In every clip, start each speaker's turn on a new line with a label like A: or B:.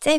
A: 在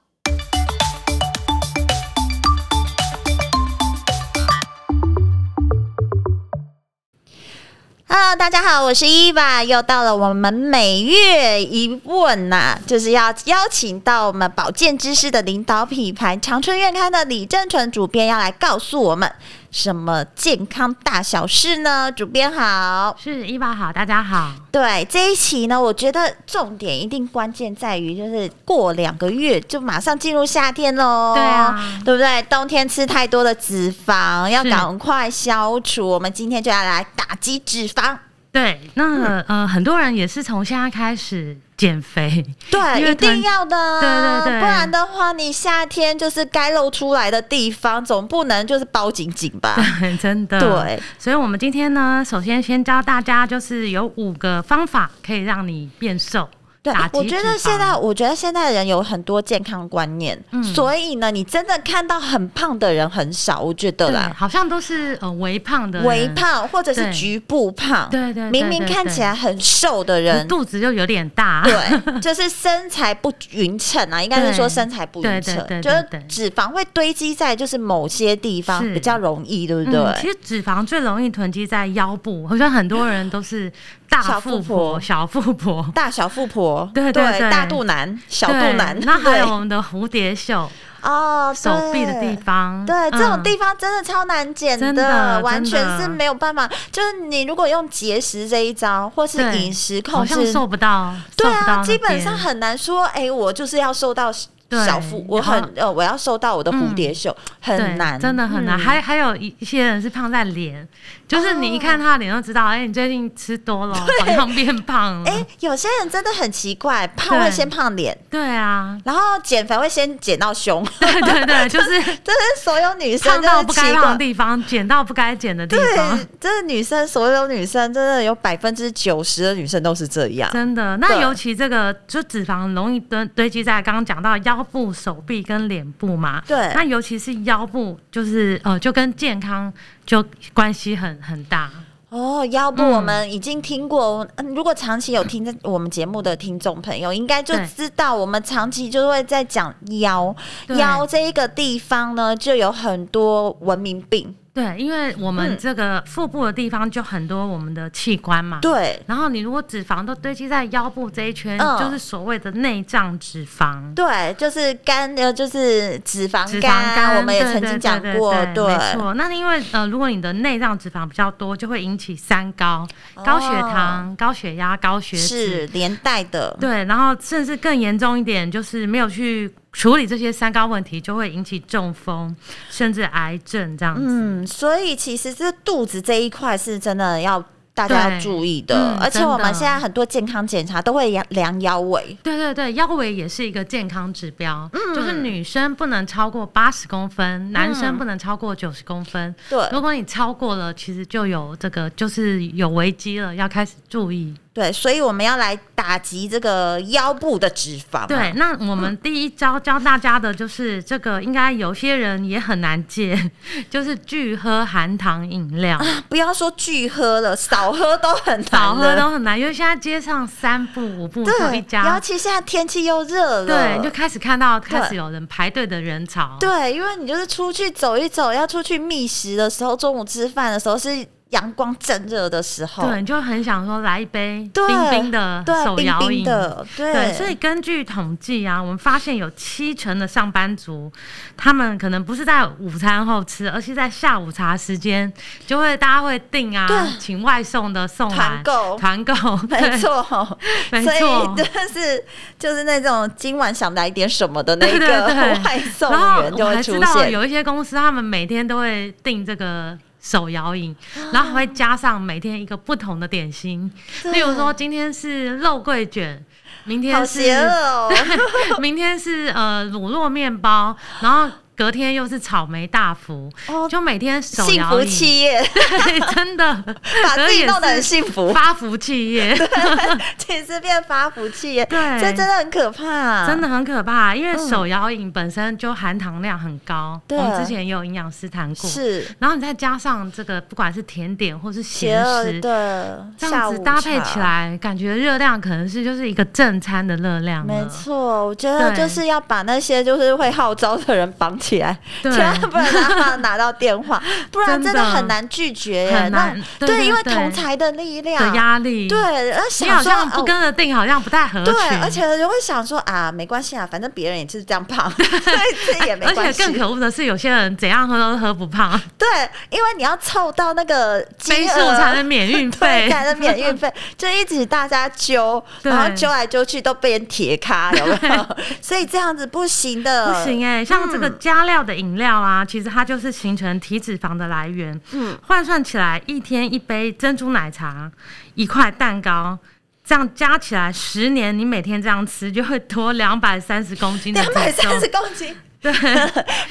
B: Hello，大家好，我是伊娃，又到了我们每月一问呐、就是要邀请到我们保健知识的领导品牌长春院刊的李正淳主编，要来告诉我们什么健康大小事呢？主编好，
C: 是伊娃好，大家好。
B: 对这一期呢，我觉得重点一定关键在于，就是过两个月就马上进入夏天喽，
C: 对啊
B: 对不对？冬天吃太多的脂肪，要
C: 是
B: 赶快消除。我们今天就要来打击脂肪。
C: 对，那、
B: 嗯
C: 呃，很多人也是从现在开始减肥，因
B: 对，
C: 为
B: 一定
C: 团
B: 要的啊，
C: 对对对
B: 不然的话，你夏天就是该露出来的地方，总不能就是包紧紧吧？
C: 对，真的。
B: 啊对，
C: 所以我们今天呢，首先先教大家，就是有五个方法可以让你变瘦，
B: 对
C: 打，击
B: 我觉得
C: 脂肪
B: 现在，我觉得现在的人有很多健康观念，
C: 嗯
B: 所以呢，你真的看到很胖的人很少，我觉得
C: 对
B: 啦，
C: 好像都是呃微胖的人
B: 微，胖或者是
C: 对
B: 局部胖，
C: 对对对
B: 明明
C: 对
B: 看
C: 对啊
B: 起来很瘦的人，
C: 肚子就有点大。
B: 对，就是身材不匀称啊，应该是说
C: 对
B: 身材不匀称，
C: 对对对
B: 就是
C: 对对
B: 脂肪会堆积在就是某些地方
C: 是
B: 比较容易，对不对？
C: 嗯，其实脂肪最容易囤积在腰部，好像很多人都是
B: 小
C: 大
B: 富
C: 富
B: 婆
C: 婆、小富婆，
B: 大小富婆，
C: 对对对
B: 大肚腩、小肚
C: 对
B: 腩，
C: 那还
B: 对
C: 有我们的蝴蝶袖，
B: 哦，
C: 手臂的
B: 对。
C: 地方，
B: 对，这种
C: 嗯
B: 地方真的超难减
C: 真的
B: 完
C: 真
B: 全
C: 的
B: 是没有办法。就是你如果用节食这一招，或是
C: 对
B: 饮食控
C: 好像
B: 制，
C: 瘦不到，
B: 对
C: 瘦不
B: 啊，
C: 到
B: 基
C: 那
B: 本
C: 边
B: 上很难说，哎、我就是要瘦到
C: 对
B: 小腹，我
C: 然后
B: 很呃，我要瘦到我的蝴蝶袖，很
C: 对
B: 难，
C: 真的很难。
B: 嗯哦
C: 还还有一一些人是胖在脸，就是你一看他的脸就知道，哎、你最近吃多了，好像变胖了。
B: 哎、有些人真的很奇怪，胖
C: 对
B: 会先胖脸，
C: 对啊，
B: 然后减肥会先减到胸，
C: 对 对对，就是
B: 这是所有女生真
C: 胖
B: 的
C: 到
B: 是
C: 不
B: 奇
C: 该胖的
B: 怪。
C: 地方，减到不该减的地方
B: 对。，这是女生，所有女生真的有百分之九十的女生都是这样。
C: 真的，
B: 对
C: 那尤其这个就脂肪容易堆堆积在刚刚讲到腰部、手臂跟脸部嘛。
B: 对
C: 那尤其是腰部，就是呃，就跟健康就关系很很大。
B: 哦，腰部
C: 嗯
B: 我们已经听过，嗯，如果长期有听呃我们节目的听众朋友，应该就
C: 对
B: 知道我们长期就会在讲腰，
C: 对
B: 腰这一个地方呢，就有很多文明病。
C: 对，因为我
B: 嗯
C: 们这个腹部的地方就很多我们的器官嘛。。
B: 对，
C: 然后你如果脂肪都堆积在腰部这一圈，
B: 嗯
C: 就是所谓的内脏脂肪。
B: 对，就是肝，呃，就是脂肪
C: 脂肪
B: 肝，
C: 肝，
B: 我们也
C: 对
B: 曾
C: 对
B: 经
C: 对
B: 讲
C: 对
B: 过，
C: 对，没错。那因为呃，如果你的内脏脂肪比较多，就会引起三高：高血糖、高血压、高血脂。
B: 哦是连带的，
C: 对，然后甚至更严重一点，就是没有去处理这些三高问题，就会引起中风，甚至癌症这样子。
B: 嗯，所以其实这肚子这一块是真的要。大家要
C: 对
B: 注意的，
C: 嗯
B: 而且我们
C: 真的
B: 现在很多健康检查都会量量腰围，
C: 对对对，腰围也是一个健康指标，
B: 嗯
C: 就是女生不能超过八十公分，男生不能超过九十公分。
B: 对
C: 如果你超过了，其实就有这个就是有危机了，要开始注意。
B: 对，所以我们要来打击这个腰部的脂肪、啊
C: 对，，那我们第一招教大家的就是这个，应该有些人也很难戒， 就是拒喝含糖 饮料，
B: 不要说拒喝了，少喝都很难
C: 少喝
B: 了
C: 都很难，因为现在街上三步五步就一
B: 对，尤
C: 家，
B: 其现在天气又热了，
C: 对，你就开始看到开
B: 对
C: 始有人排队的人潮。
B: 对，因为你就是出去走一走，要出去觅食的时候，中午吃饭的时候是阳光正热的时候，
C: 对，你就很想说来一杯
B: 哦对
C: 冰冰的
B: 对，
C: 手
B: 冰
C: 摇
B: 冰
C: 饮。
B: 的，
C: 对，所以根据统计啊，我们发现有七成的上班族，他们可能不是在午餐后吃，而是在下午茶时间，就会大家会订啊
B: 对，
C: 请外送的送
B: 团
C: 来，
B: 购，
C: 团购，
B: 没
C: 对，
B: 错，
C: 没
B: 所以
C: 错。
B: 就是就是那种今晚想来点什么的那
C: 对对
B: 个
C: 对
B: 外送
C: 然后
B: 员就
C: 我还
B: 会出
C: 知道
B: 现，
C: 有一些公司，他们每天都会订这个手摇饮，然后还会加上每天一个不同的点心，
B: 对
C: 例如说今天是肉桂卷，明
B: 好
C: 天是
B: 邪恶哦，
C: 明天是呃乳酪面包，然后隔天又是草莓大福，
B: 哦
C: 就每天手
B: 幸
C: 摇
B: 福
C: 饮，
B: 企业
C: 对，真的
B: 把自 己弄得
C: 可
B: 很
C: 是
B: 幸福，
C: 发福企业，
B: 其实变发福气耶，
C: 对
B: 这真的很可怕、
C: 真的。很可怕，因为
B: 嗯
C: 手摇饮本身就含糖量很高，
B: 对
C: 我们之前也有营养师谈过，
B: 是
C: 然后你再加上这个不管是甜点或是
B: 邪
C: 咸
B: 恶
C: 食。
B: 的
C: 这样
B: 下
C: 子
B: 午
C: 搭配
B: 茶
C: 起，来，感觉热量可能是就是一个正餐的热量了
B: 没错，我觉得
C: 对
B: 就是要把那些就是会号召的人绑起来，
C: 对
B: 千万不能让他拿到电 话，不然真
C: 真
B: 的
C: 的
B: 很难拒绝耶。
C: 很难
B: 那种
C: 对对
B: 因为
C: 对
B: 同才的力
C: 的
B: 量，
C: 压力，
B: 对，而
C: 你
B: 想
C: 好
B: 说
C: 像不
B: 哦
C: 跟着定，好像不太合群，
B: 对，而且就会想说啊，没关系啊，反正别人也是这样 胖，所以这也没
C: 而
B: 关
C: 且
B: 系。
C: 更可恶的是，有些人怎样喝都喝不胖，
B: 对，因为你要凑到那个
C: 飞
B: 金
C: 速
B: 额
C: 才能免运
B: 对，
C: 费，
B: 才能免运 费，就一直大家揪，
C: 对
B: 然后揪来揪去都被人铁咖，有没有？所以这样子不行的，
C: 不行哎、像这个
B: 嗯
C: 加料的饮料啊，其实它就是形成体脂肪的来源。
B: 嗯
C: 嗯，换算起来，一天一杯珍珠奶茶，一块蛋糕，这样加起来十年，你每天这样吃就会多两百三十公斤的
B: 两
C: 体
B: 百三十
C: 重。
B: 公斤，
C: 对，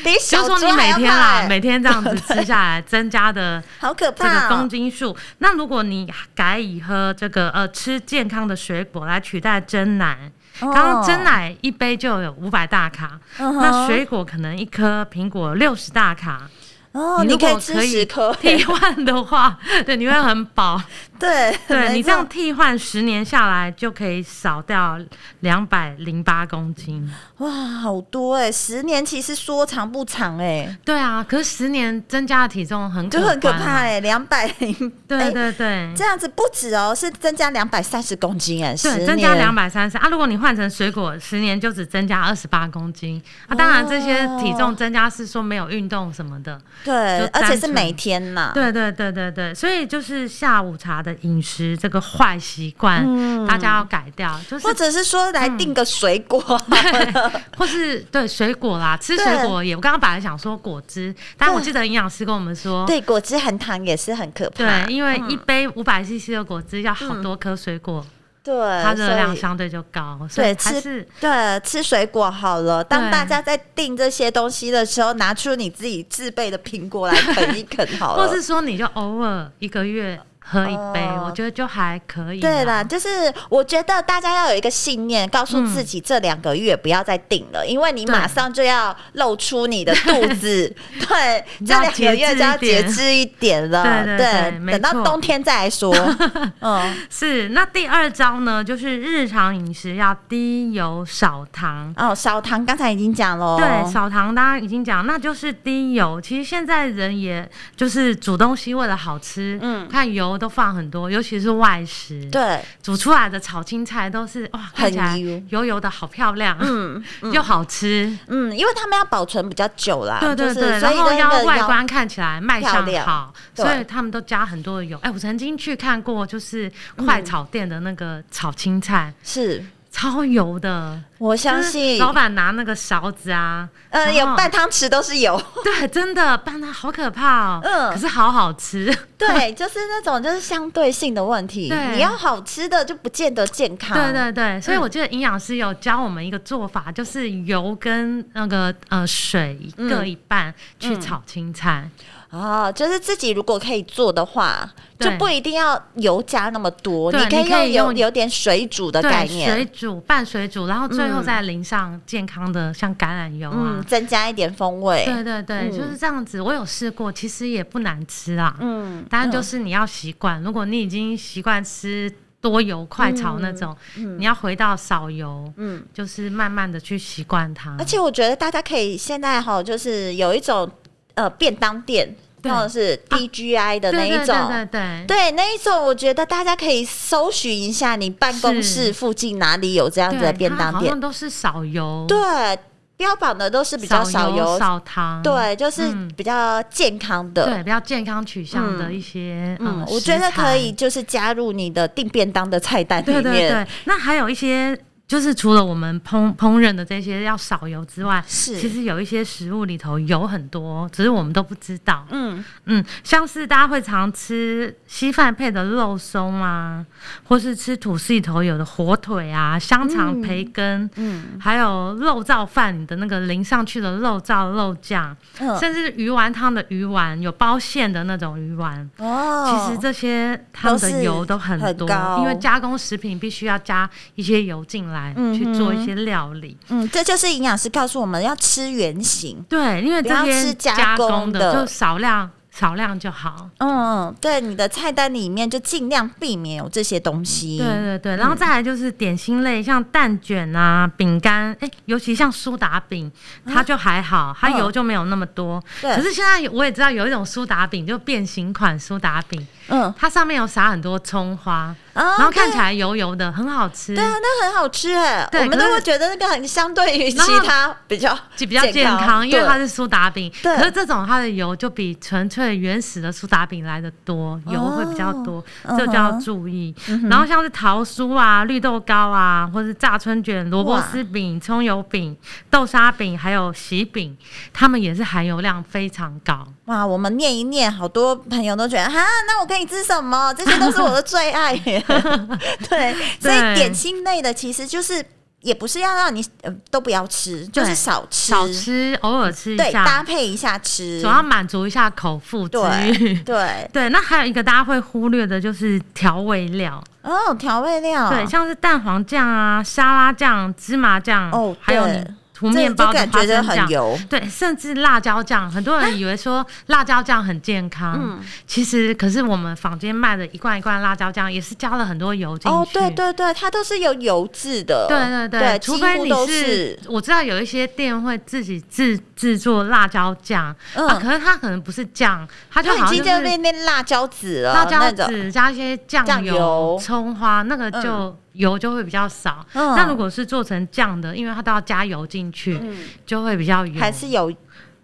B: 比
C: 就
B: 小
C: 是说
B: 猪
C: 你
B: 还
C: 每
B: 要
C: 天啦，
B: 胖、
C: 每
B: 欸，
C: 天这样子吃下来，增 加的
B: 好可
C: 这个
B: 怕、
C: 公
B: 哦！
C: 斤数。那如果你改以喝这个呃吃健康的水果来取代真奶，
B: 哦
C: 刚刚真奶一杯就有五百大卡，
B: 嗯哼
C: 那水果可能一颗苹果六十大卡。
B: 哦，
C: 如
B: 你
C: 果
B: 可以吃十颗，
C: 替换的话，对，你会很 饱。
B: 对，
C: 对
B: 没
C: 你
B: 错
C: 这样替换十年下来，就可以少掉两百零八公斤。
B: 哇，好多哎、十年其实说长不长哎、
C: 对啊，可是十年增加的体重很
B: 就很可怕
C: 观啊
B: 哎、两百零哎
C: 对对对。
B: 这样子不止哦，是增加两百三十公斤哎、十
C: 对，
B: 年
C: 增加两百三十啊！如果你换成水果，十年就只增加二十八公斤
B: 哦
C: 啊！当然，这些体重增加是说没有运动什么的。
B: 对，
C: 就
B: 而且
C: 单
B: 是
C: 纯
B: 每天呐、
C: 对对对对对，所以就是下午茶的饮食这个坏习惯，
B: 嗯
C: 大家要改掉，就是嗯
B: 或者是说来订个水 果，
C: 或是对水果啦，吃
B: 对
C: 水果也。我刚刚本来想说果汁，但我记得营养师跟我们说，
B: 对，嗯果汁含糖也是很可怕
C: 对，。因为一杯五百 CC 的果汁要好多颗水果，
B: 嗯对，
C: 它热量
B: 所以
C: 相对就高，所以
B: 对
C: 还
B: 吃
C: 是
B: 对吃水果好了。当
C: 对
B: 大家在订这些东西的时候，拿出你自己自备的苹果来啃一啃好了。
C: 或是说你就偶尔一个月喝一杯，
B: 哦
C: 我觉得就还可以。
B: 对啦，，就是我觉得大家要有一个信念，告诉自己这两个月不要再定了，因为你
C: 对
B: 马上就要露出你的肚子，
C: 嗯
B: 对，
C: 你
B: 这
C: 要
B: 两个月就要节
C: 节制一点
B: 制一点了，
C: 对对对没
B: 等到
C: 错
B: 冬天再来 说，嗯，
C: 是。那第二招呢，就是日常饮食要低油少糖。
B: 哦，少糖刚才已经讲了，哦
C: 对，少糖大家已经讲，那就是低油。其实现在人也就是煮东西为了好吃，
B: 嗯
C: 嗯，看油都放很多，尤其是外食，，
B: 对，
C: 煮出来的炒青菜都是哇，看起来
B: 很油
C: 油油的，好漂亮，
B: 嗯
C: 又好吃。
B: 嗯，因为他们要保存比较久啦，
C: 对对
B: 就
C: 对，
B: 是所
C: 然
B: 以
C: 后
B: 那
C: 要
B: 个
C: 外观看起来卖
B: 漂
C: 相
B: 亮
C: 好，
B: 对
C: 所以他们都加很多的油。哎、我曾经去看过，就是
B: 嗯
C: 快炒店的那个炒青菜，
B: 是
C: 超油的，
B: 我相
C: 就是
B: 信，
C: 老板拿那个勺子啊，
B: 嗯，有
C: 然后
B: 半汤匙都是油。
C: 对，真的拌它好可怕哦，
B: 嗯
C: 可是好好吃，
B: 对，就是那种就是相对性的问题。
C: 对
B: 你要好吃的就不见得健康。
C: 对对
B: 嗯
C: 对，所以我记得营养师有教我们一个做法，就是油跟那个呃水各一
B: 嗯
C: 半去炒青菜，
B: 哦，就是自己如果可以做的话，就
C: 对
B: 不一定要油加那么多，
C: 对
B: 你可以
C: 你可
B: 用
C: 以
B: 有
C: 用
B: 有点水煮的概
C: 对，
B: 念
C: 水，煮半水煮，然后最后再淋上健康的、像橄榄油
B: 嗯，
C: 啊。
B: 增加一点风味。
C: 对对对，
B: 嗯
C: 就是这样子。我有试过，其实也不难吃啊。
B: 嗯，
C: 当然就是你要习惯，如果你已经习惯吃多油快炒那种，你要回到少油，
B: 嗯
C: 嗯，就是慢慢的去习惯它。
B: 而且我觉得大家可以现在哈，就是有一种呃便当店。
C: 对啊
B: 那种是 DGI 的那一
C: 对对
B: 种。
C: 对对对
B: 对那一种，我觉得大家可以搜寻一下，你办公室
C: 是
B: 附近哪里有这样子的
C: 对
B: 便
C: 它
B: 当
C: 好
B: 店
C: 像？都是少油，
B: 对，标榜的都是比较少
C: 少
B: 油，
C: 少糖，
B: 对，就是
C: 嗯
B: 比较健康的。
C: 对比较健康取向的
B: 嗯
C: 一些
B: 嗯
C: 呃，
B: 我觉得
C: 食材
B: 可以，就是加入你的订便当的菜单里
C: 对
B: 面。
C: 对对，那还有一些。就是除了我们烹烹饪的这些要少油之外，
B: 是
C: 其实有一些食物里头油很多，只是我们都不知道。
B: 嗯，
C: 嗯，像是大家会常吃稀饭配的肉松啊，或是吃吐司里头有的火腿啊、香肠、培根，嗯，还有肉燥饭里的那个淋上去的肉燥肉酱，
B: 嗯
C: 甚至鱼丸汤的鱼丸，有包馅的那种鱼丸。
B: 哦，
C: 其实这些它们
B: 都是
C: 的油都很
B: 很
C: 多，
B: 高
C: 因为加工食品必须要加一些油进来、
B: 嗯哼
C: 去做一些料理。
B: 嗯，这就是营养师告诉我们要吃原形。
C: 对，因为
B: 不
C: 这
B: 要吃
C: 些
B: 加工
C: 工
B: 的
C: 就少量少量就好。
B: 嗯，对，你的菜单里面就尽量避免有这些东西。
C: 对对对，然
B: 嗯
C: 后再来就是点心类，像蛋卷啊、饼干，哎、尤其像苏打饼，它就还好，它
B: 嗯
C: 油就没有那么多。
B: 对
C: 可是现在有我也知道有一种苏打饼，就变形款苏打饼，
B: 嗯，
C: 它上面有撒很多葱花，
B: 然
C: 然后看起来油油的，很好吃
B: 哦对。啊，那很好吃哎，
C: 嗯对
B: 我们
C: 可
B: 都
C: 是
B: 会觉得那个很相对于
C: 然
B: 其
C: 后
B: 他比较
C: 就比较健康，因为它是苏打饼。
B: 对
C: 可是这种它的油就比纯粹原始的苏打饼来的多，油会比较多，
B: 嗯哼
C: 这就要注意。
B: 嗯
C: 然后像是桃酥啊、绿豆糕啊，或是炸春卷、萝卜丝饼、葱油饼、豆沙饼，还有喜饼，它们也是含油量非常高。
B: 哇，我们念一念，好多朋友都觉得哈，那我可以吃什么？这些都是我的最爱 耶。对，所以
C: 对
B: 点心类的其实就是也不是要让你呃都不要吃，就是少吃，
C: 少吃，偶尔吃一
B: 对，搭
C: 下，
B: 配一下吃
C: 主。要满足一下口腹之
B: 对
C: 欲。
B: 对，
C: 对，那还有一个大家会忽略的就是调味料。
B: 哦，调味料，
C: 对，像是蛋黄酱啊、沙拉酱、芝麻酱，
B: 哦
C: 还有
B: 对
C: 你涂面包
B: 这
C: 的
B: 个就
C: 花
B: 感觉就
C: 生
B: 很
C: 酱。
B: 油。啊
C: 对，甚至辣椒酱，很多人以为说辣椒酱很健康，
B: 嗯
C: 其实可是我们坊间卖的一罐一罐辣椒酱也是加了很多油进去。
B: 哦，对对对，它都是有油脂的，
C: 对对对，
B: 对，
C: 除
B: 几
C: 非
B: 乎
C: 你
B: 都
C: 是，我知道有一些店会自己制制作辣椒酱、
B: 嗯
C: 啊，可是它可能不是酱，它就
B: 它
C: 好
B: 已
C: 像
B: 经
C: 就
B: 就是变变辣椒籽了，
C: 辣
B: 那
C: 椒
B: 种
C: 籽加一些酱
B: 酱油
C: 油、葱花，那个就、油就会比较少。
B: 嗯
C: 那如果是做成酱的，因为它都要加油进去，就会比较油。
B: 还是有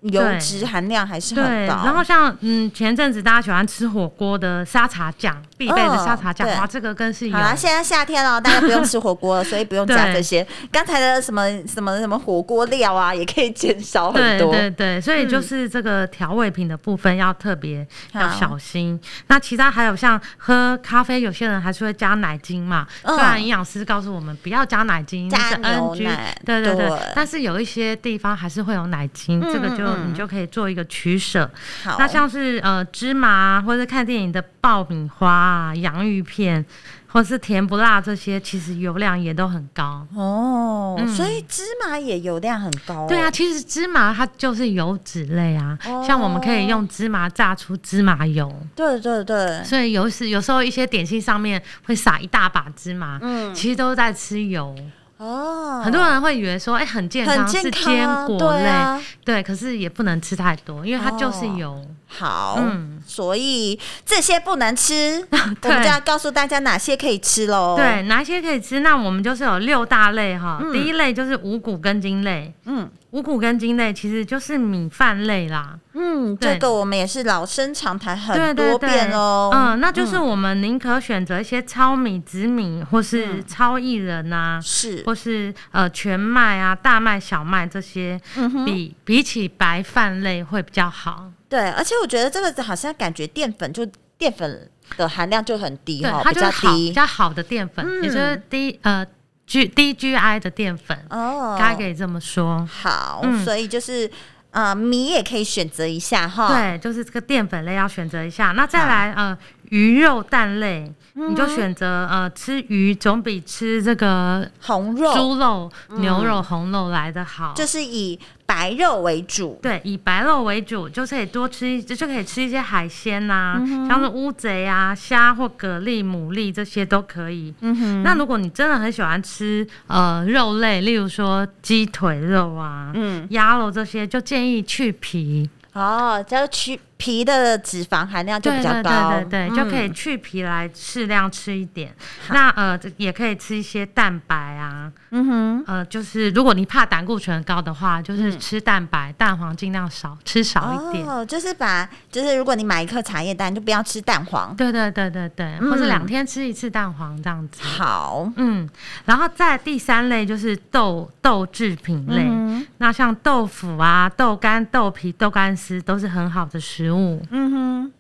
B: 油脂含量还是很
C: 对，
B: 高。
C: 然后像嗯，前阵子大家喜欢吃火锅的沙茶酱，必备的沙茶酱，
B: 嗯对
C: 哇，这个更是油
B: 好。啦，现在夏天了，大家不用吃火锅了，所以不用加
C: 对
B: 这些。刚才的什么什么什么火锅料啊，也可以减少很
C: 对
B: 多。嗯
C: 对对，所以就是这个调味品的部分要特别要
B: 好
C: 小心。那其他还有像喝咖啡，有些人还是会加奶精嘛。
B: 嗯
C: 虽然营养师告诉我们不要加奶精，
B: 加
C: 那是
B: 牛
C: NG，
B: 奶
C: 对对对
B: 对
C: 但是有一些地方还是会有奶精，
B: 嗯
C: 这个就
B: 嗯嗯
C: 你就可以做一个取舍。
B: 好，
C: 那像是呃芝麻啊或者看电影的爆米花啊、洋芋片，或是甜不辣这些，其实油量也都很高。
B: 哦，
C: 嗯
B: 所以芝麻也油量很高、
C: 对啊，，其实芝麻它就是油脂类啊，
B: 哦嗯
C: 像我们可以用芝麻榨出芝麻油，
B: 对对对，
C: 所以有时有时候一些点心上面会撒一大把芝麻，
B: 嗯
C: 其实都是在吃油。
B: 哦，
C: 很多人会以为说，哎、很健康
B: 很健
C: 是
B: 康啊
C: 坚果
B: 对
C: 类，
B: 啊
C: 对，可是也不能吃太多，因为它就是
B: 哦
C: 油。
B: 好，
C: 嗯
B: 所以这些不能吃，我
C: 对
B: 们就要告诉大家哪些可以吃喽。
C: 对，哪一些可以吃？那我们就是有六大类哈。
B: 哦嗯
C: 第一类就是五谷根茎类，
B: 嗯
C: 五谷根茎类其实就是米饭类啦。
B: 嗯，
C: 对
B: 这个我们也是老生常谈
C: 对
B: 很
C: 对
B: 多
C: 对，
B: 遍哦。
C: 嗯，那就是我们宁可选择一些糙米、紫米，或是糙薏仁啊，
B: 嗯是，
C: 或是呃全麦啊、大麦、小麦这些，
B: 嗯哼，
C: 比比起白饭类会比较好。
B: 对，而且我觉得这个好像感觉淀粉就淀粉的含量就很低
C: 对
B: 哈，，
C: 它
B: 比较
C: 就是好比
B: 低
C: 较好的淀粉，也就是
B: 嗯
C: 低呃 G D G I 的淀粉，
B: 哦。
C: 大家可以这么说。
B: 好，
C: 嗯
B: 所以就是啊，呃米也可以选择一下哈。，
C: 对，就是这个淀粉类要选择一下。那再来呃，鱼肉蛋类，
B: 嗯
C: 你就选择呃吃鱼总比吃这个
B: 红肉
C: 猪肉、牛肉、红肉来的好。
B: 哦就是以白肉为主。
C: 对，以白肉为主，就可以多吃一，就可以吃一些海鲜呐、
B: 嗯
C: 像是乌贼啊、虾或蛤蜊、牡蛎这些都可以。
B: 嗯哼，
C: 那如果你真的很喜欢吃呃肉类，例如说鸡腿肉啊、
B: 嗯
C: 鸭肉这些，就建议去皮。
B: 哦，这个去皮的脂肪含量就
C: 对
B: 比较
C: 对
B: 高，嗯
C: 对对对，就可以去皮来适量吃一点。那呃，这也可以吃一些蛋白啊，
B: 嗯哼，
C: 呃，就是如果你怕胆固醇高的话，就是吃蛋白、蛋黄尽量少吃少一点。
B: 嗯哦，就是把，就是如果你买一颗茶叶蛋，就不要吃蛋黄。
C: 对对对对对，
B: 嗯
C: 或者两天吃一次蛋黄这样子。
B: 好，
C: 嗯，然后再第三类就是豆豆制品类，
B: 嗯
C: 那像豆腐啊、豆干、豆皮、豆干丝都是很好的食物。
B: 嗯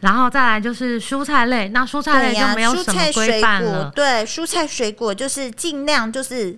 C: 然后再来就是蔬菜类，那蔬
B: 哼，
C: 菜
B: 对
C: 类
B: 呀、
C: 就没有
B: 蔬
C: 什
B: 菜
C: 么规
B: 水
C: 范
B: 果
C: 了，。
B: 对，蔬菜水果就是尽量就是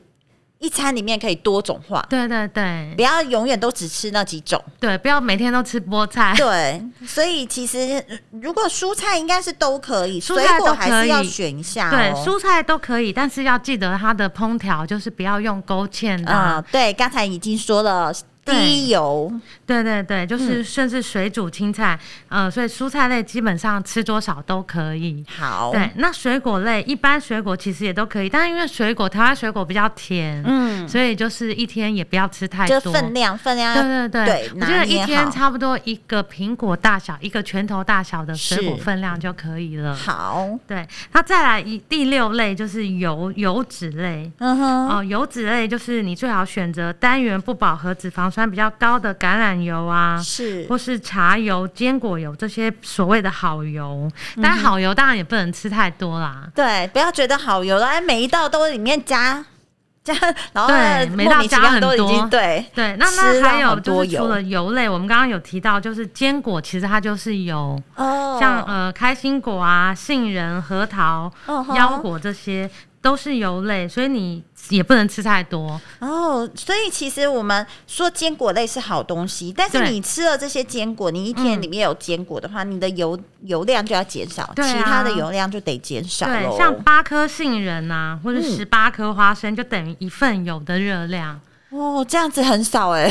B: 一餐里面可以多种化，
C: 对对对
B: 不要永远都只吃那几种。
C: 对，不要每天都吃菠菜。
B: 对，所以其实呃如果蔬菜应该是都可以，
C: 蔬
B: 水
C: 菜
B: 果
C: 都
B: 还
C: 可
B: 是要
C: 以
B: 选一下、哦。
C: 对，蔬菜都可以，但是要记得它的烹调就是不要用勾芡的啊、
B: 啊、对，刚才已经说了低
C: 对
B: 油，
C: 对对对，
B: 嗯
C: 就是甚至水煮青菜，呃，所以蔬菜类基本上吃多少都可以。
B: 好，
C: 对，那水果类一般水果其实也都可以，但是因为水果台湾水果比较甜，
B: 嗯，
C: 所以就是一天也不要吃太
B: 就
C: 多。
B: 分量，分量要
C: 对对对，
B: 对
C: 我觉
B: 拿
C: 得
B: 捏
C: 一天
B: 好
C: 差不多一个苹果大小、一个拳头大小的水果
B: 是
C: 分量就可以了。
B: 好，
C: 对，那再来一第六类就是油油脂类。
B: 嗯哼，
C: 哦、油脂类就是你最好选择单元不饱和脂肪酸比较高的橄榄油啊，
B: 是
C: 或是茶油、坚果油这些所谓的好
B: 嗯
C: 油。但好油当然也不能吃太多啦。
B: 对，不要觉得好油了，哎，每一道都里面加 加，然后
C: 对每
B: 莫
C: 道
B: 名其
C: 加
B: 妙
C: 很
B: 都已经
C: 多
B: 对
C: 对，那
B: 吃
C: 那
B: 到
C: 还有
B: 很多
C: 就是除
B: 油
C: 了油类，我们刚刚有提到，就是坚果其实它就是油，
B: 哦，
C: 像呃开心果啊、杏仁、核桃、
B: 哦吼
C: 腰果这些都是油类，所以你也不能吃太多。
B: 哦，所以其实我们说坚果类是好东西，但是
C: 对
B: 你吃了这些坚果，你一天里面有坚果的话，你的油油量就要减少，
C: 对
B: 其他的
C: 啊
B: 油量就得减少
C: 对，
B: 咯嗯
C: 像八颗杏仁啊，或者十八颗花生，就等于一份油的热量。
B: 哦，这样子很少 哎、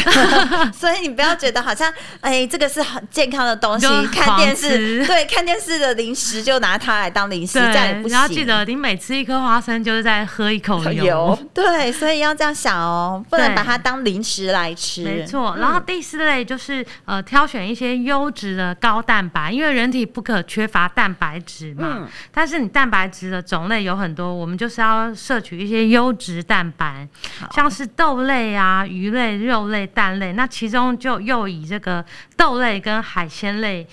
B: 所以你不要觉得好像哎、这个是很健康的东西
C: 就，
B: 看
C: 狂
B: 电视
C: 吃
B: 对看电视的零食就拿它来当零食，这样也
C: 对，
B: 不
C: 你
B: 行。
C: 要记得，你每吃一颗花生，就是在喝 一口油。
B: 油，对，所以要这样想哦，不能
C: 对
B: 把它当零食来吃。
C: 没错，然
B: 嗯
C: 后第四类就是、呃，挑选一些优质的高蛋白，因为人体不可缺乏蛋白质嘛。
B: 嗯
C: 但是你蛋白质的种类有很多，我们就是要摄取一些优质蛋白，像是豆类啊、鱼类、肉类、蛋类。那其中就又以这个豆类跟海鲜类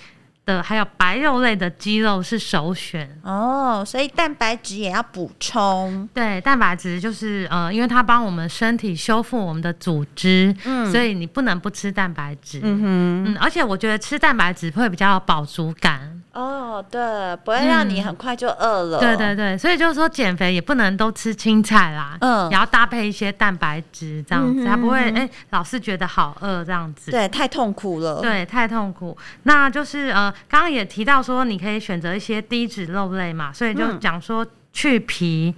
C: 的，还有白肉类的鸡肉是首选。
B: 哦，所以蛋白质也要补充。
C: 对，蛋白质就是呃，因为它帮我们身体修复我们的组织，所以你不能不吃蛋白质。
B: 嗯
C: 嗯，而且我觉得吃蛋白质会比较有饱足感。
B: 哼，哦，对，不会让你很快就饿了。
C: 嗯对对对，所以就是说减肥也不能都吃青菜啦，
B: 嗯
C: 也要搭配一些蛋白质这样子，才不会哎、老是觉得好饿这样子。
B: 对，太痛苦了。
C: 对，太痛苦。那就是呃，刚刚也提到说，你可以选择一些低脂肉类嘛，所以就讲说去皮，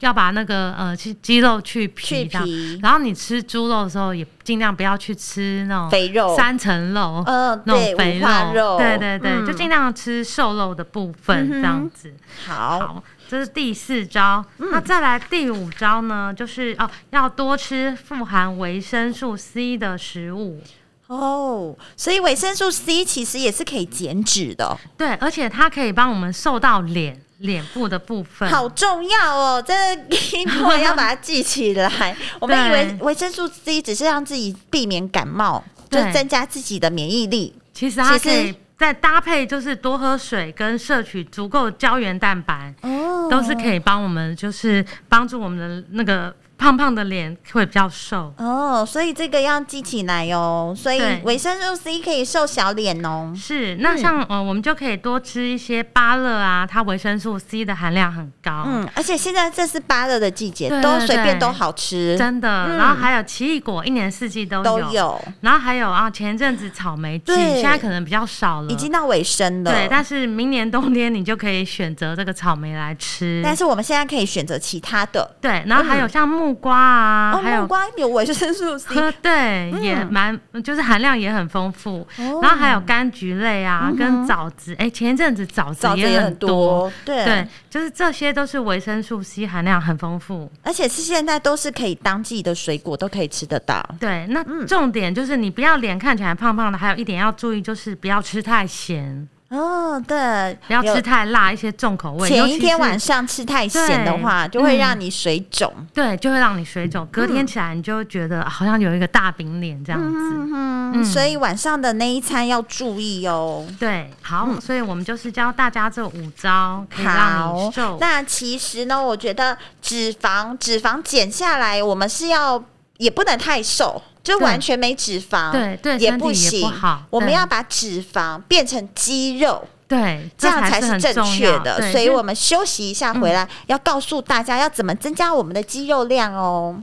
C: 要把那个呃去鸡肉去
B: 去
C: 皮这样。
B: 皮、
C: 然后你吃猪肉的时候，也尽量不要去吃那种
B: 肥肉，
C: 三层肉，
B: 嗯，
C: 那
B: 对，
C: 种肥
B: 五花肉，
C: 对对对，
B: 嗯
C: 就尽量吃瘦肉的部
B: 嗯
C: 分
B: 哼
C: 这样子。
B: 好，
C: 好，这是第四招。那再来第五招呢，就是哦，要多吃富含维生素 C 的食物。
B: 哦，所以维生素 C 其实也是可以减脂的哦、
C: 对，而且它可以帮我们瘦到脸脸部的部分。
B: 好重要哦！真的， 一定要把它记起 来。我们以为维生素 C 只是让自己避免感冒，就
C: 对
B: 增加自己的免疫力。
C: 其实它
B: 其
C: 可
B: 实
C: 以再搭配，就是多喝水跟摄取足够胶原蛋白，
B: 哦
C: 都是可以帮我们，就是帮助我们的那个胖胖的脸会比较瘦。
B: 哦，所以这个要记起来哦。所以
C: 对
B: 维生素 C 可以瘦小脸哦。
C: 是，那像、呃，我们就可以多吃一些芭乐啊，它维生素 C 的含量很高，
B: 嗯，而且现在这是芭乐的季节，
C: 哦对
B: 都
C: 对
B: 随便
C: 对
B: 都好吃，
C: 真的。
B: 嗯
C: 然后还有奇异果，一年四季都有。
B: 都有，
C: 然后还有啊，前一阵子草莓季，
B: 对
C: 现在可能比较少了，
B: 已经到尾声了。
C: 对。但是明年冬天你就可以选择这个草莓来吃。
B: 但是我们现在可以选择其他的。
C: 对，然后还有像木木瓜啊，
B: 哦，
C: 还有
B: 木瓜嗯有维生素 C，
C: 喝对、也蛮，就是含量也很丰富。
B: 哦
C: 然后还有柑橘类啊，跟枣子，哎、前一阵子枣
B: 嗯
C: 子
B: 枣子
C: 也
B: 也很
C: 多
B: 多，，对
C: 对，就是这些都是维生素 C 含量很丰富。
B: 而且是现在都是可以当季的水果，都可以吃得到。
C: 对，那
B: 嗯
C: 重点就是你不要脸看起来胖胖的，还有一点要注意就是不要吃太咸，
B: 哦，对，
C: 不要
B: 有
C: 吃太辣，一些重口味。尤
B: 前
C: 其
B: 一天
C: 是
B: 晚上吃太咸的话，
C: 对
B: 就会
C: 嗯
B: 让你水肿。
C: 对，就会让你水
B: 嗯
C: 肿，隔天起来你就会觉得好像有一个大饼脸这样子。
B: 嗯，所以晚上的那一餐要注意哦。
C: 对，好，所以我们就是教大家这五招，可以让
B: 好
C: 你瘦，。
B: 那其实呢，我觉得脂肪脂肪减下来，我们是要也不能太瘦，就
C: 对
B: 完全没脂肪，
C: 对对
B: 也
C: 身体
B: 不
C: 也
B: 行。
C: 不好
B: 我们
C: 对
B: 要把脂肪变成肌肉，
C: 对，
B: 这样才
C: 才
B: 是
C: 很
B: 正
C: 重
B: 确
C: 要
B: 的。
C: 对
B: 所以
C: 因为嗯
B: 我们休息一下，回来、要告诉大家要怎么增加我们的肌肉量哦。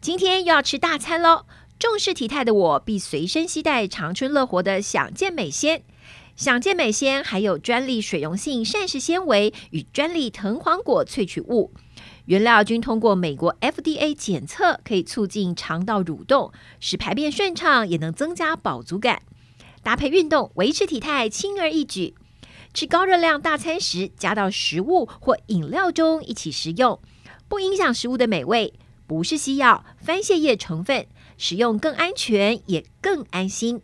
A: 今天又要吃大餐喽！重视体态的我，必随身携带长春乐活的享健美鲜。享健美鲜还有专利水溶性膳食纤维与专利藤黄果萃取物，原料均通过美国 FDA 检测，可以促进肠道蠕动，使排便顺畅，也能增加饱足感。搭配运动，维持体态轻而易举。吃高热量大餐时，加到食物或饮料中一起食用，不影响食物的美味。不是西药，番泻叶成分，使用更安全也更安心。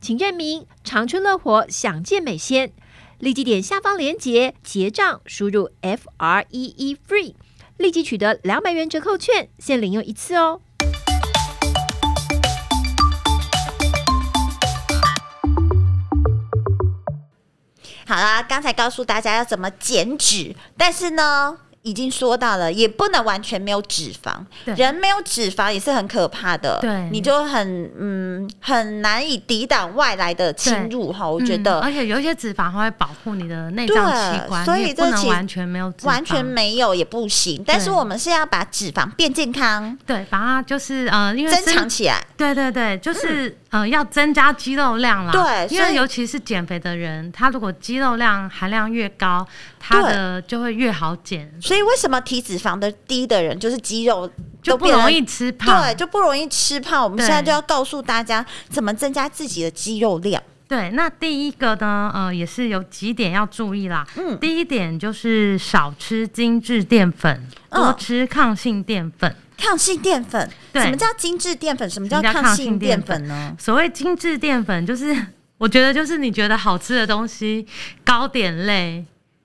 A: 请认明长春乐活享健美鲜，立即点下方链接结账，输入 F R E E FREE，立即取得两百元折扣券，限领用一次哦。
B: 好啦，刚才告诉大家要怎么减脂，但是呢，已经说到了，也不能完全没有脂肪。
C: 对
B: 人没有脂肪也是很可怕的，
C: 对
B: 你就很嗯很难以抵挡外来的侵入哈。我觉
C: 嗯
B: 得
C: 而且有一些脂肪它会保护你的内
B: 对
C: 脏器官，
B: 所
C: 你
B: 以
C: 也
B: 这
C: 不能
B: 其
C: 完全没有脂肪，
B: 完全没有也不行，但是
C: 对
B: 我们是要把脂肪变健康，
C: 对，把它就是呃，因为
B: 增
C: 身
B: 强起来。
C: 对对对，就是、呃，要增加肌肉量啦。
B: 嗯对
C: 因
B: 所以
C: 为尤其是减肥的人，他如果肌肉量含量越高，他
B: 对
C: 的就会越好减，
B: 所以为什么体脂肪的低的人就是肌肉
C: 就
B: 都
C: 不
B: 变得
C: 容易吃胖。
B: 对，就不容易吃胖。我们
C: 对
B: 现在就要告诉大家怎么增加自己的肌肉量。
C: 对，那第一个呢，呃，也是有几点要注意啦。
B: 嗯
C: 第一点就是少吃精致淀粉，多
B: 嗯
C: 吃抗性淀粉。
B: 抗性淀粉，
C: 对
B: 什么叫精致淀粉？什么叫
C: 什么叫
B: 抗
C: 抗
B: 性
C: 性
B: 淀
C: 淀
B: 粉呢？
C: 所谓精致淀粉，就是 我觉得就是你觉得好吃的东西，糕点类、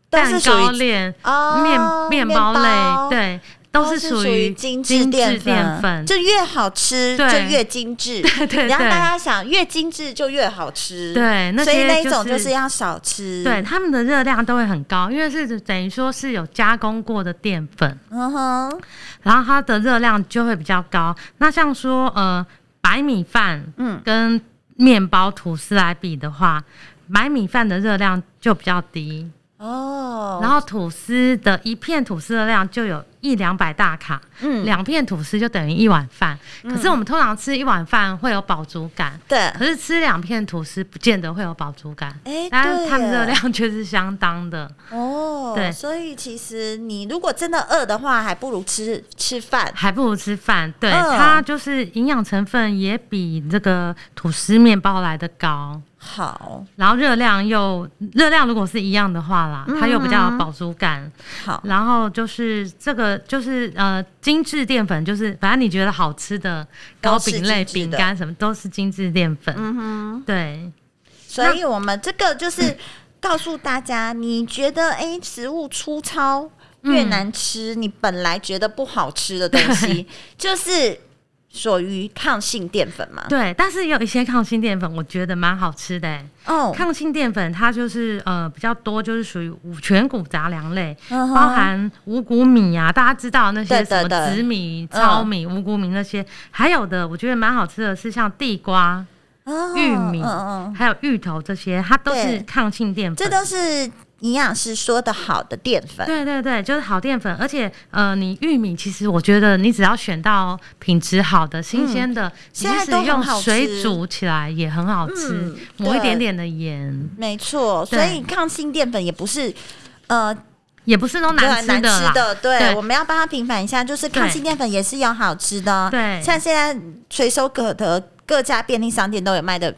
B: 都
C: 蛋
B: 是属于
C: 糕类、
B: 哦
C: 面面
B: 面
C: 包
B: 包哦
C: 类，对，都是属于
B: 精
C: 致
B: 淀
C: 淀粉。
B: 就越好吃
C: 对
B: 就越精致。
C: 对对
B: 然后
C: 对
B: 大家想，越精致就越好吃。
C: 对那
B: 所以
C: 些
B: 那一
C: 就
B: 种就是是要少吃。
C: 对，，它们的热量都会很高，因为是等于说是有加工过的淀粉，
B: 嗯哼，
C: 然后它的热量就会比较高。那像说呃白米饭，
B: 嗯
C: 嗯，跟面包吐司来比的话，白米饭的热量就比较低，
B: 哦，
C: 然后吐司的一片吐司的量就有一两百大卡，
B: 嗯，
C: 两片吐司就等于一碗饭。可是我们通常吃一碗饭会有饱足感，
B: 对，
C: 可是吃两片吐司不见得会有饱足感。
B: 哎，
C: 但
B: 对
C: 是它们
B: 耶
C: 热量却是相当的，
B: 哦，
C: 对
B: 所以其实你如果真的饿的话，还不如吃吃饭。
C: 还不如吃饭。对，
B: 嗯
C: 它就是营养成分也比这个吐司面包来的高，
B: 好，
C: 然后热量又热量如果是一样的话啦，它又比
B: 嗯
C: 较有饱足感。
B: 好，
C: 然后就是这个就是呃精致淀粉，就是反正你觉得好吃的
B: 都
C: 糕
B: 是
C: 饼类、
B: 精致的
C: 饼干什么都是精致淀粉。
B: 嗯哼，
C: 对，
B: 所以我们这个就是 告诉大家，你觉得哎、诶食物粗糙越难吃，你本来觉得不好吃的东 西，就是属于抗性淀粉嘛。
C: 对，但是也有一些抗性淀粉，我觉得蛮好吃的、欸。
B: 哦，
C: 抗性淀粉它就是呃比较多，就是属于五全谷杂粮类，
B: 嗯哼
C: 包含五谷米啊，大家知道那
B: 对
C: 些
B: 对
C: 什么
B: 对
C: 紫米、
B: 嗯
C: 糙米、五谷米那些，还有的我觉得蛮好吃的是像地瓜、
B: 哦
C: 玉米
B: 嗯嗯，
C: 还有芋头这些，它都
B: 对
C: 是抗性淀粉。
B: 这都是营养师说的好的淀粉。
C: 对对对，就是好淀粉，而且呃，你玉米其实我觉得你只要选到品质好的、新鲜的，
B: 嗯
C: 其
B: 现在
C: 实
B: 都很
C: 用
B: 好吃
C: 水煮起来也很好吃，
B: 嗯
C: 抹一
B: 对
C: 点点的盐，
B: 没错，所
C: 对
B: 以抗性淀粉也不是，呃，
C: 也不是都
B: 对
C: 难吃
B: 难
C: 的啦。
B: 吃的，对，
C: 对
B: 我们要帮他平反一下，就是
C: 对
B: 抗性淀粉也是有好吃的哦，
C: 对
B: 像现在随手可得，各家便利商店都有卖的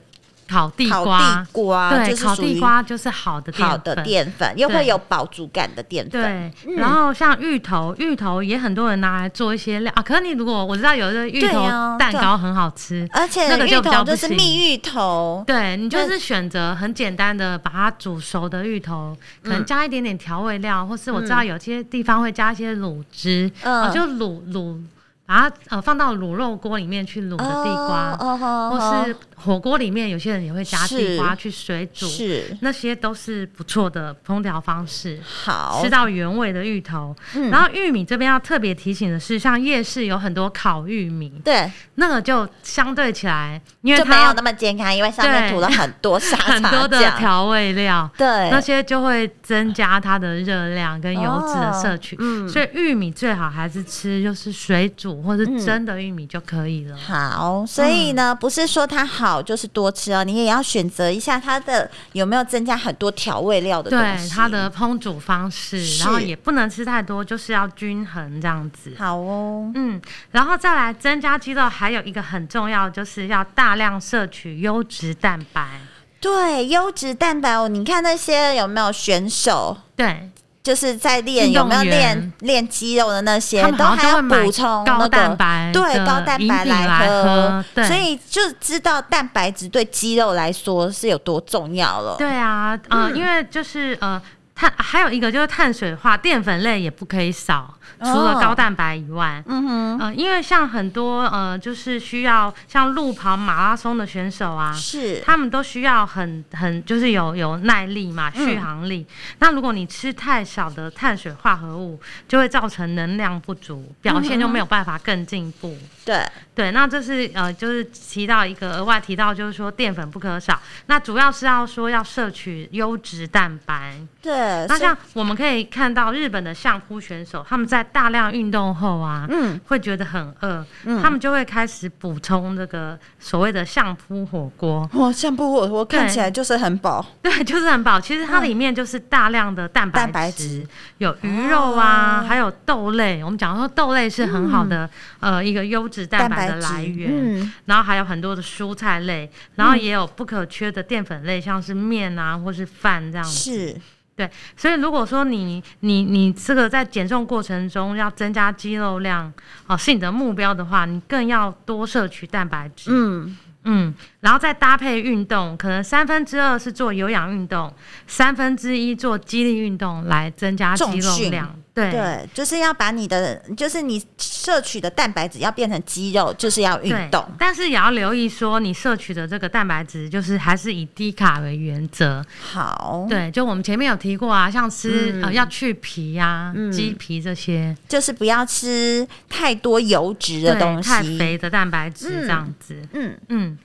C: 烤地
B: 烤
C: 瓜
B: 地，瓜，
C: 对，
B: 就是
C: 烤
B: 属于
C: 地瓜就是好的
B: 好的
C: 粉。
B: 淀粉，嗯又
C: 对
B: 会有饱足感的淀粉，
C: 对，然后像芋头，芋头也很多人拿来做一些料啊。可是你如果我知道有的芋
B: 对
C: 头
B: 啊
C: 蛋
B: 对
C: 糕很好吃，
B: 而且
C: 那个就
B: 芋
C: 比
B: 头
C: 较不
B: 就是
C: 行
B: 蜜芋头，
C: 对你就
B: 那
C: 是选择很简单的，把它煮熟的芋头，
B: 嗯
C: 可能加一点点调味料，或是我知道有些地方会加一些卤汁，
B: 嗯
C: 嗯、就卤卤，把它呃放到卤肉锅里面去卤的地瓜，
B: 哦哦
C: 或
B: 哦
C: 是火锅里面有些人也会加地瓜
B: 是
C: 去水煮，
B: 是
C: 那些都是不错的烹调方式。
B: 好嗯
C: 吃，到原味的芋头，然后玉米这边要特别提醒的是，像夜市有很多烤玉米，
B: 对，
C: 那个就相对起来，因为
B: 就没有
C: 它
B: 那么健康，因为上面
C: 对
B: 涂了很多沙
C: 很
B: 茶
C: 多的
B: 酱，
C: 调味料，
B: 对
C: 那，些就会增加它的热量跟油脂
B: 哦
C: 的摄取。
B: 嗯
C: 所以玉米最好还是吃就是水煮或是蒸的玉米就可以了。
B: 好，所
C: 嗯
B: 以呢，不是说它好就是多吃哦，你也要选择一下它的有没有增加很多调味料的东
C: 对
B: 西。
C: 它的烹煮方式，
B: 是
C: 然后也不能吃太多，就是要均衡这样子。
B: 好哦，
C: 嗯，然后再来增加肌肉，还有一个很重要，就是要大量摄取优质蛋白。
B: 对，优质蛋白哦，你看那些有没有选手？
C: 对，
B: 就是在练
C: 运
B: 有
C: 动
B: 没有
C: 员
B: 练练肌肉的那些
C: 他，们
B: 都
C: 好像
B: 还
C: 都
B: 要
C: 会买
B: 补充那
C: 高
B: 个
C: 蛋白
B: 对
C: 的
B: 高蛋
C: 饮
B: 白
C: 品来
B: 喝
C: 喝，对
B: 所以就知道蛋白质对肌肉来说是有多重要了。
C: 对啊，呃，因为就是呃。碳还有一个就是碳水化淀粉类也不可以少，除了高蛋白以外，
B: 哦
C: 嗯哼，呃，因为像很多呃，就是需要像路跑马拉松的选手啊，
B: 是
C: 他们都需要很很就是有有耐力嘛，续航力。那如果你吃太少的碳水化合物，就会造成能量不足，表现就没有办法更进步。
B: 对，
C: 对，那这是呃，就是提到一个额外提到，就是说淀粉不可少。那主要是要说要摄取优质蛋白。
B: 对，
C: 那
B: 所以
C: 像我们可以看到日本的相扑选手，他们在大量运动后啊，嗯，会觉得很饿，
B: 嗯
C: 他们就会开始补充这个所谓的相扑火锅。
B: 哇，相扑火锅看
C: 对
B: 起来就是很饱，
C: 对，就是很饱。其实它里面就是大量的蛋
B: 嗯
C: 白
B: 蛋白质哦
C: 有鱼肉啊，还有豆类。我们讲说豆类是很好的、呃一个优质蛋白的来源，
B: 嗯
C: 然后还有很多的蔬菜类，然后也有不可缺的淀粉类，
B: 嗯
C: 像是面啊或是饭这样子。
B: 是
C: 对，所以如果说你你你这个在减重过程中要增加肌肉量哦、是你的目标的话，你更要多摄取蛋白质。
B: 嗯，
C: 嗯，然后再搭配运动，可能三分之二是做有氧运动，三分之一做肌力运动来增加肌
B: 重
C: 肉
B: 训
C: 量。对
B: 对，就是要把你的，就是你摄取的蛋白质要变成肌肉，就是要运
C: 对
B: 动。
C: 但是也要留意说，你摄取的这个蛋白质就是还是以低卡为原则。
B: 好，
C: 对，就我们前面有提过啊，像吃、
B: 嗯
C: 呃要去皮呀、鸡皮这些，
B: 就是不要吃太多油脂的
C: 对
B: 东
C: 太
B: 西。
C: 肥的蛋白质这样子。
B: 嗯，
C: 嗯，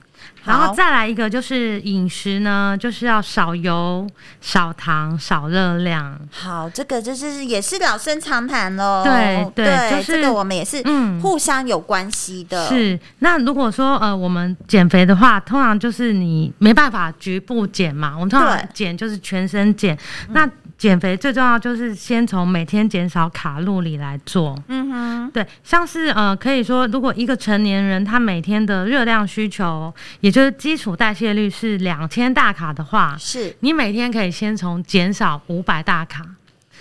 B: 好
C: 然后再来一个就是饮食呢，就是要少油、少糖、少热量。
B: 好，这个就是也是老生常谈喽。
C: 对对就是
B: 这个我们也是
C: 嗯
B: 互相有关系的。，
C: 是，那如果说呃，我们减肥的话，通常就是你没办法局部减嘛，我们通常
B: 对嗯
C: 减就是全身减。那减肥最重要就是先从每天减少卡路里来做。
B: 嗯哼，
C: 对，像是呃，可以说如果一个成年人他每天的热量需求，也就是基础代谢率是两千大卡的话，
B: 是
C: 你每天可以先从减少五百大卡。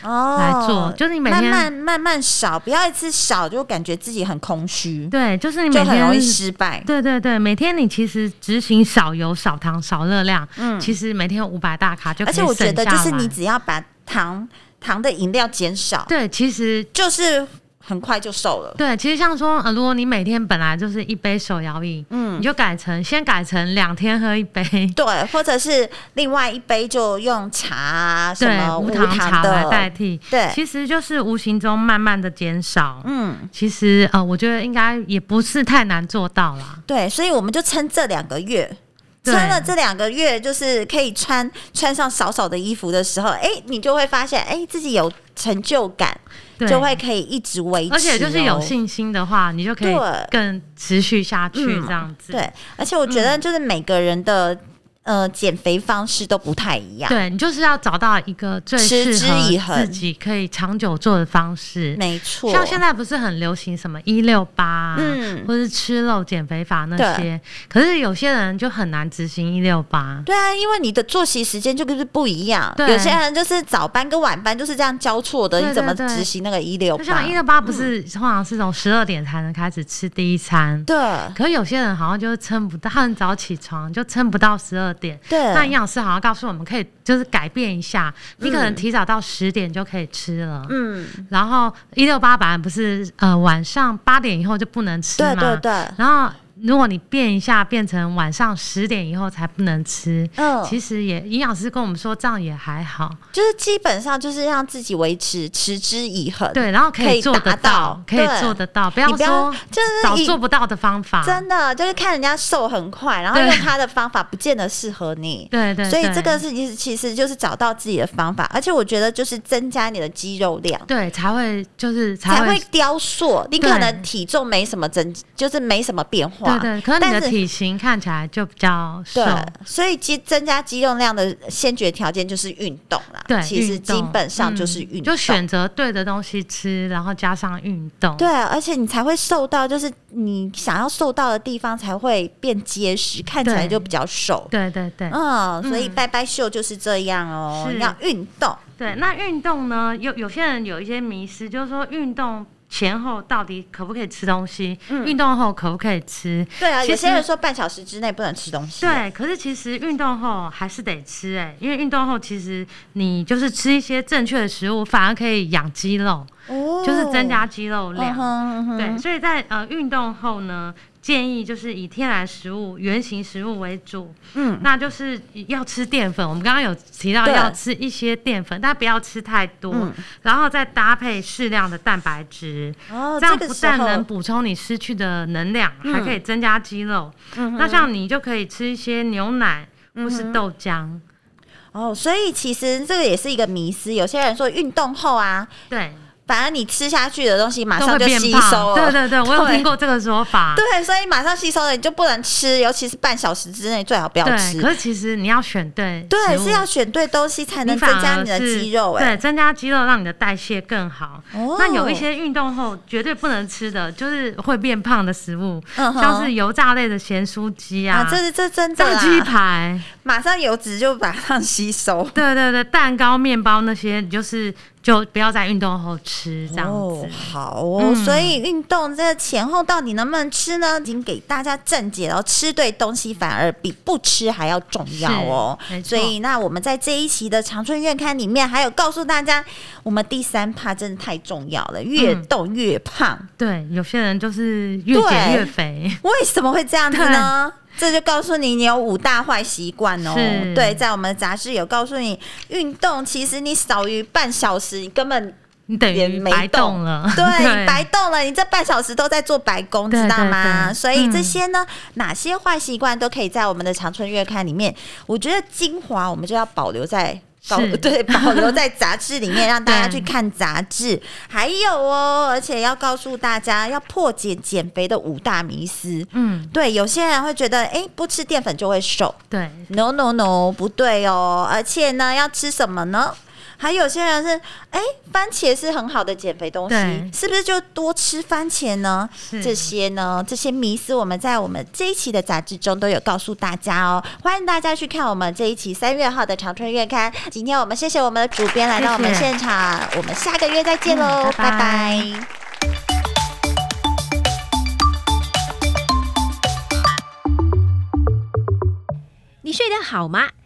B: 哦，
C: 来做就是你每天
B: 慢慢慢慢少，不要一次少就感觉自己很空虚，
C: 对，就是你每
B: 就很
C: 天
B: 容易失败。
C: 对对对，每天你其实执行少油、少糖、少热量，其实每天五百大卡就
B: 嗯
C: 可
B: 而
C: 以
B: 且我觉得，
C: 省下
B: 就是你
C: 来
B: 只要把糖糖的饮料减少，
C: 对，其实
B: 就是很快就瘦了。
C: 对，其实像说，呃，如果你每天本来就是一杯手摇饮，嗯，你就改成先改成两天喝一杯，
B: 对，或者是另外一杯就用茶啊什
C: 对
B: 么，
C: 无
B: 糖
C: 糖茶来代替，
B: 对
C: 其实就是无形中慢慢的减少。
B: 嗯，
C: 其实呃，我觉得应该也不是太难做到啦。
B: 对，所以我们就撑这两个月，
C: 对
B: 穿了这两个月，就是可以穿穿上少少的衣服的时候，哎、你就会发现，哎、自己有成就感，
C: 对
B: 就会可以一直维持、哦
C: 而且就是有。信心的话，你就可以
B: 对
C: 更持续下去
B: 嗯
C: 这样子。
B: 对，而且我觉
C: 嗯
B: 得就是每个人的、呃减肥方式都不太一样，
C: 对你就是要找到一个最
B: 持
C: 适
B: 之以
C: 合
B: 恒
C: 自己可以长久做的方式。
B: 没错。
C: 像现在啊不是很流行什么一六八，
B: 嗯
C: 或是吃肉减肥法那些，可是有些人就很难执行一六八。
B: 对啊，因为你的作息时间就跟是不一样，
C: 对
B: 有些人就是早班跟晚班就是这样交错的，
C: 对
B: 你怎么
C: 对对
B: 执行那个一六
C: 就像一
B: 八？
C: 六八不是通常是从十二点才能开始吃第一餐，
B: 对
C: 可是有些人好像就是撑不到，他很早起床就撑不到十二点。
B: 对，
C: 那营养师好像告诉我们可以就是改变一下，你可能提早到十点就可以吃了。
B: 嗯，
C: 然后一六八版不是呃晚上八点以后就不能吃
B: 对
C: 嘛？
B: 对对，
C: 然后如果你变一下，变成晚上十点以后才不能吃，
B: 嗯，
C: 其实也营养师跟我们说这样也还好，
B: 就是基本上就是让自己维持持之以恒，
C: 对，然后可
B: 可
C: 以
B: 以
C: 做得
B: 达到
C: 可以
B: 对
C: 做得到，不
B: 你
C: 要
B: 不要
C: 说
B: 就是
C: 找
B: 以
C: 做不到的方法，
B: 真的就是看人家瘦很快，然后
C: 对
B: 用他的方法不见得适合你。
C: 对对，
B: 所以
C: 嗯对
B: 这个是其实其实就是找到自己的方法，而且我觉得就是增加你的肌肉量。
C: 对才会就是才
B: 才
C: 会
B: 会雕塑，你
C: 对
B: 可能体重没什么增，就是没什么变化，
C: 对对，可能你
B: 但
C: 的
B: 是
C: 体型看起来就比较瘦
B: 对，，所以肌增加肌肉量的先决条件就是运动啦。
C: 对，
B: 其实
C: 运动
B: 基本上
C: 嗯
B: 就是运动，
C: 就选择对的东西吃，然后加上运动，
B: 对，啊而且你才会瘦到，就是你想要瘦到的地方才会变结实，看起来
C: 对
B: 就比较瘦。
C: 对对对
B: 嗯，所以
C: 嗯
B: 拜拜秀就是这样哦，
C: 是
B: 要运动。
C: 对。那运动呢？有有些人有一些迷失，就是说运动前后到底可不可以吃东西？
B: 嗯
C: 运动后可不可以吃？
B: 对啊，
C: 其
B: 有些人
C: 实
B: 说半小时之内不能吃东西。，啊
C: 对，可是其实运动后还是得吃哎、因为运动后其实你就是吃一些正确的食物，反而可以养肌肉，
B: 哦嗯
C: 就是增加肌肉量。
B: 量
C: 对，所以在呃运动后呢，建议就是以天然食物、原型食物为主。
B: 嗯，
C: 那就是要吃淀粉。我们刚刚有提到
B: 对
C: 要吃一些淀粉，但不要吃太多，
B: 嗯
C: 然后再搭配适量的蛋白质。
B: 哦，
C: 这样
B: 这个
C: 不
B: 时
C: 但
B: 候
C: 能补充你失去的能量，
B: 嗯
C: 还可以增加肌肉。那像你就可以吃一些牛奶
B: 嗯
C: 或是豆浆，
B: 哦，所以其实这个也是一个迷思。有些人说运动后啊，
C: 对，
B: 反而你吃下去的东西马
C: 都
B: 上
C: 会
B: 就
C: 变
B: 吸收
C: 胖。
B: 了。
C: 对对对，我有
B: 对
C: 听过这个说法。
B: 对，所以马上吸收了，你就不能吃，尤其是半小时之内最好不要吃
C: 对，。可是其实你要选对食物，
B: 对，是要选对东西才能
C: 你反
B: 增加
C: 而
B: 你的
C: 是
B: 肌肉、
C: 对，
B: 哎，
C: 增加肌肉让你的代谢更好。
B: 哦
C: 那有一些运动后绝对不能吃的，就是会变胖的食物，
B: 嗯哼
C: 像是油炸类的咸酥鸡啊
B: 啊，这是这真的
C: 炸
B: 啦
C: 鸡排，
B: 马上油脂就马上吸收。
C: 对对对，蛋糕、面包那些，你就是就不要在运动后吃这样
B: 哦
C: 子。，
B: 好哦，
C: 嗯
B: 所以运动这前后到底能不能吃呢？已经给大家正解了，吃对东西反而比不吃还要重要哦
C: 是没。错
B: 所以那我们在这一期的长春院刊里面，还有告诉大家，我们第三趴真的太重要了，越
C: 嗯
B: 动越胖。
C: 对，有些人就是越减
B: 对
C: 越肥。
B: 为什么会这样子呢？这就告诉你，你有五大坏习惯哦
C: 嗯是。
B: 对，在我们的杂志有告诉你，运动其实你少于半小时，你根本
C: 你等
B: 也
C: 于
B: 没
C: 白
B: 动
C: 动 了，
B: 对你白动了，你这半小时都在做白工，
C: 对
B: 知道吗？
C: 对对
B: 所以这
C: 嗯
B: 些呢，哪些坏习惯都可以在我们的长春月刊里面，我觉得精华我们就要保留在。保
C: 是
B: 对，保留在杂志里面，让大家
C: 对
B: 去看杂志。还有哦，而且要告诉大家，要破解减肥的五大迷思。
C: 嗯，
B: 对，有些人会觉得，哎，不吃淀粉就会瘦。
C: 对，
B: No No No，不对哦。而且呢，要吃什么呢？还有些人是，哎，番茄是很好的减肥东西
C: 对，
B: 是不是就多吃番茄呢？
C: 是
B: 这些呢，这些迷思，我们在我们这一期的杂志中都有告诉大家哦。欢迎大家去看我们这一期三月号的《长春月刊》。今天我们谢谢我们的主编来到我们
C: 谢谢
B: 现场，我们下个月再见喽，
C: 嗯拜
B: 拜
C: 拜
B: 拜
D: 你睡得好吗？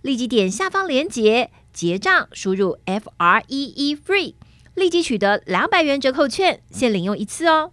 A: 立即点下方链接结账，输入 F R E E FREE，立即取得两百元折扣券，限领用一次哦。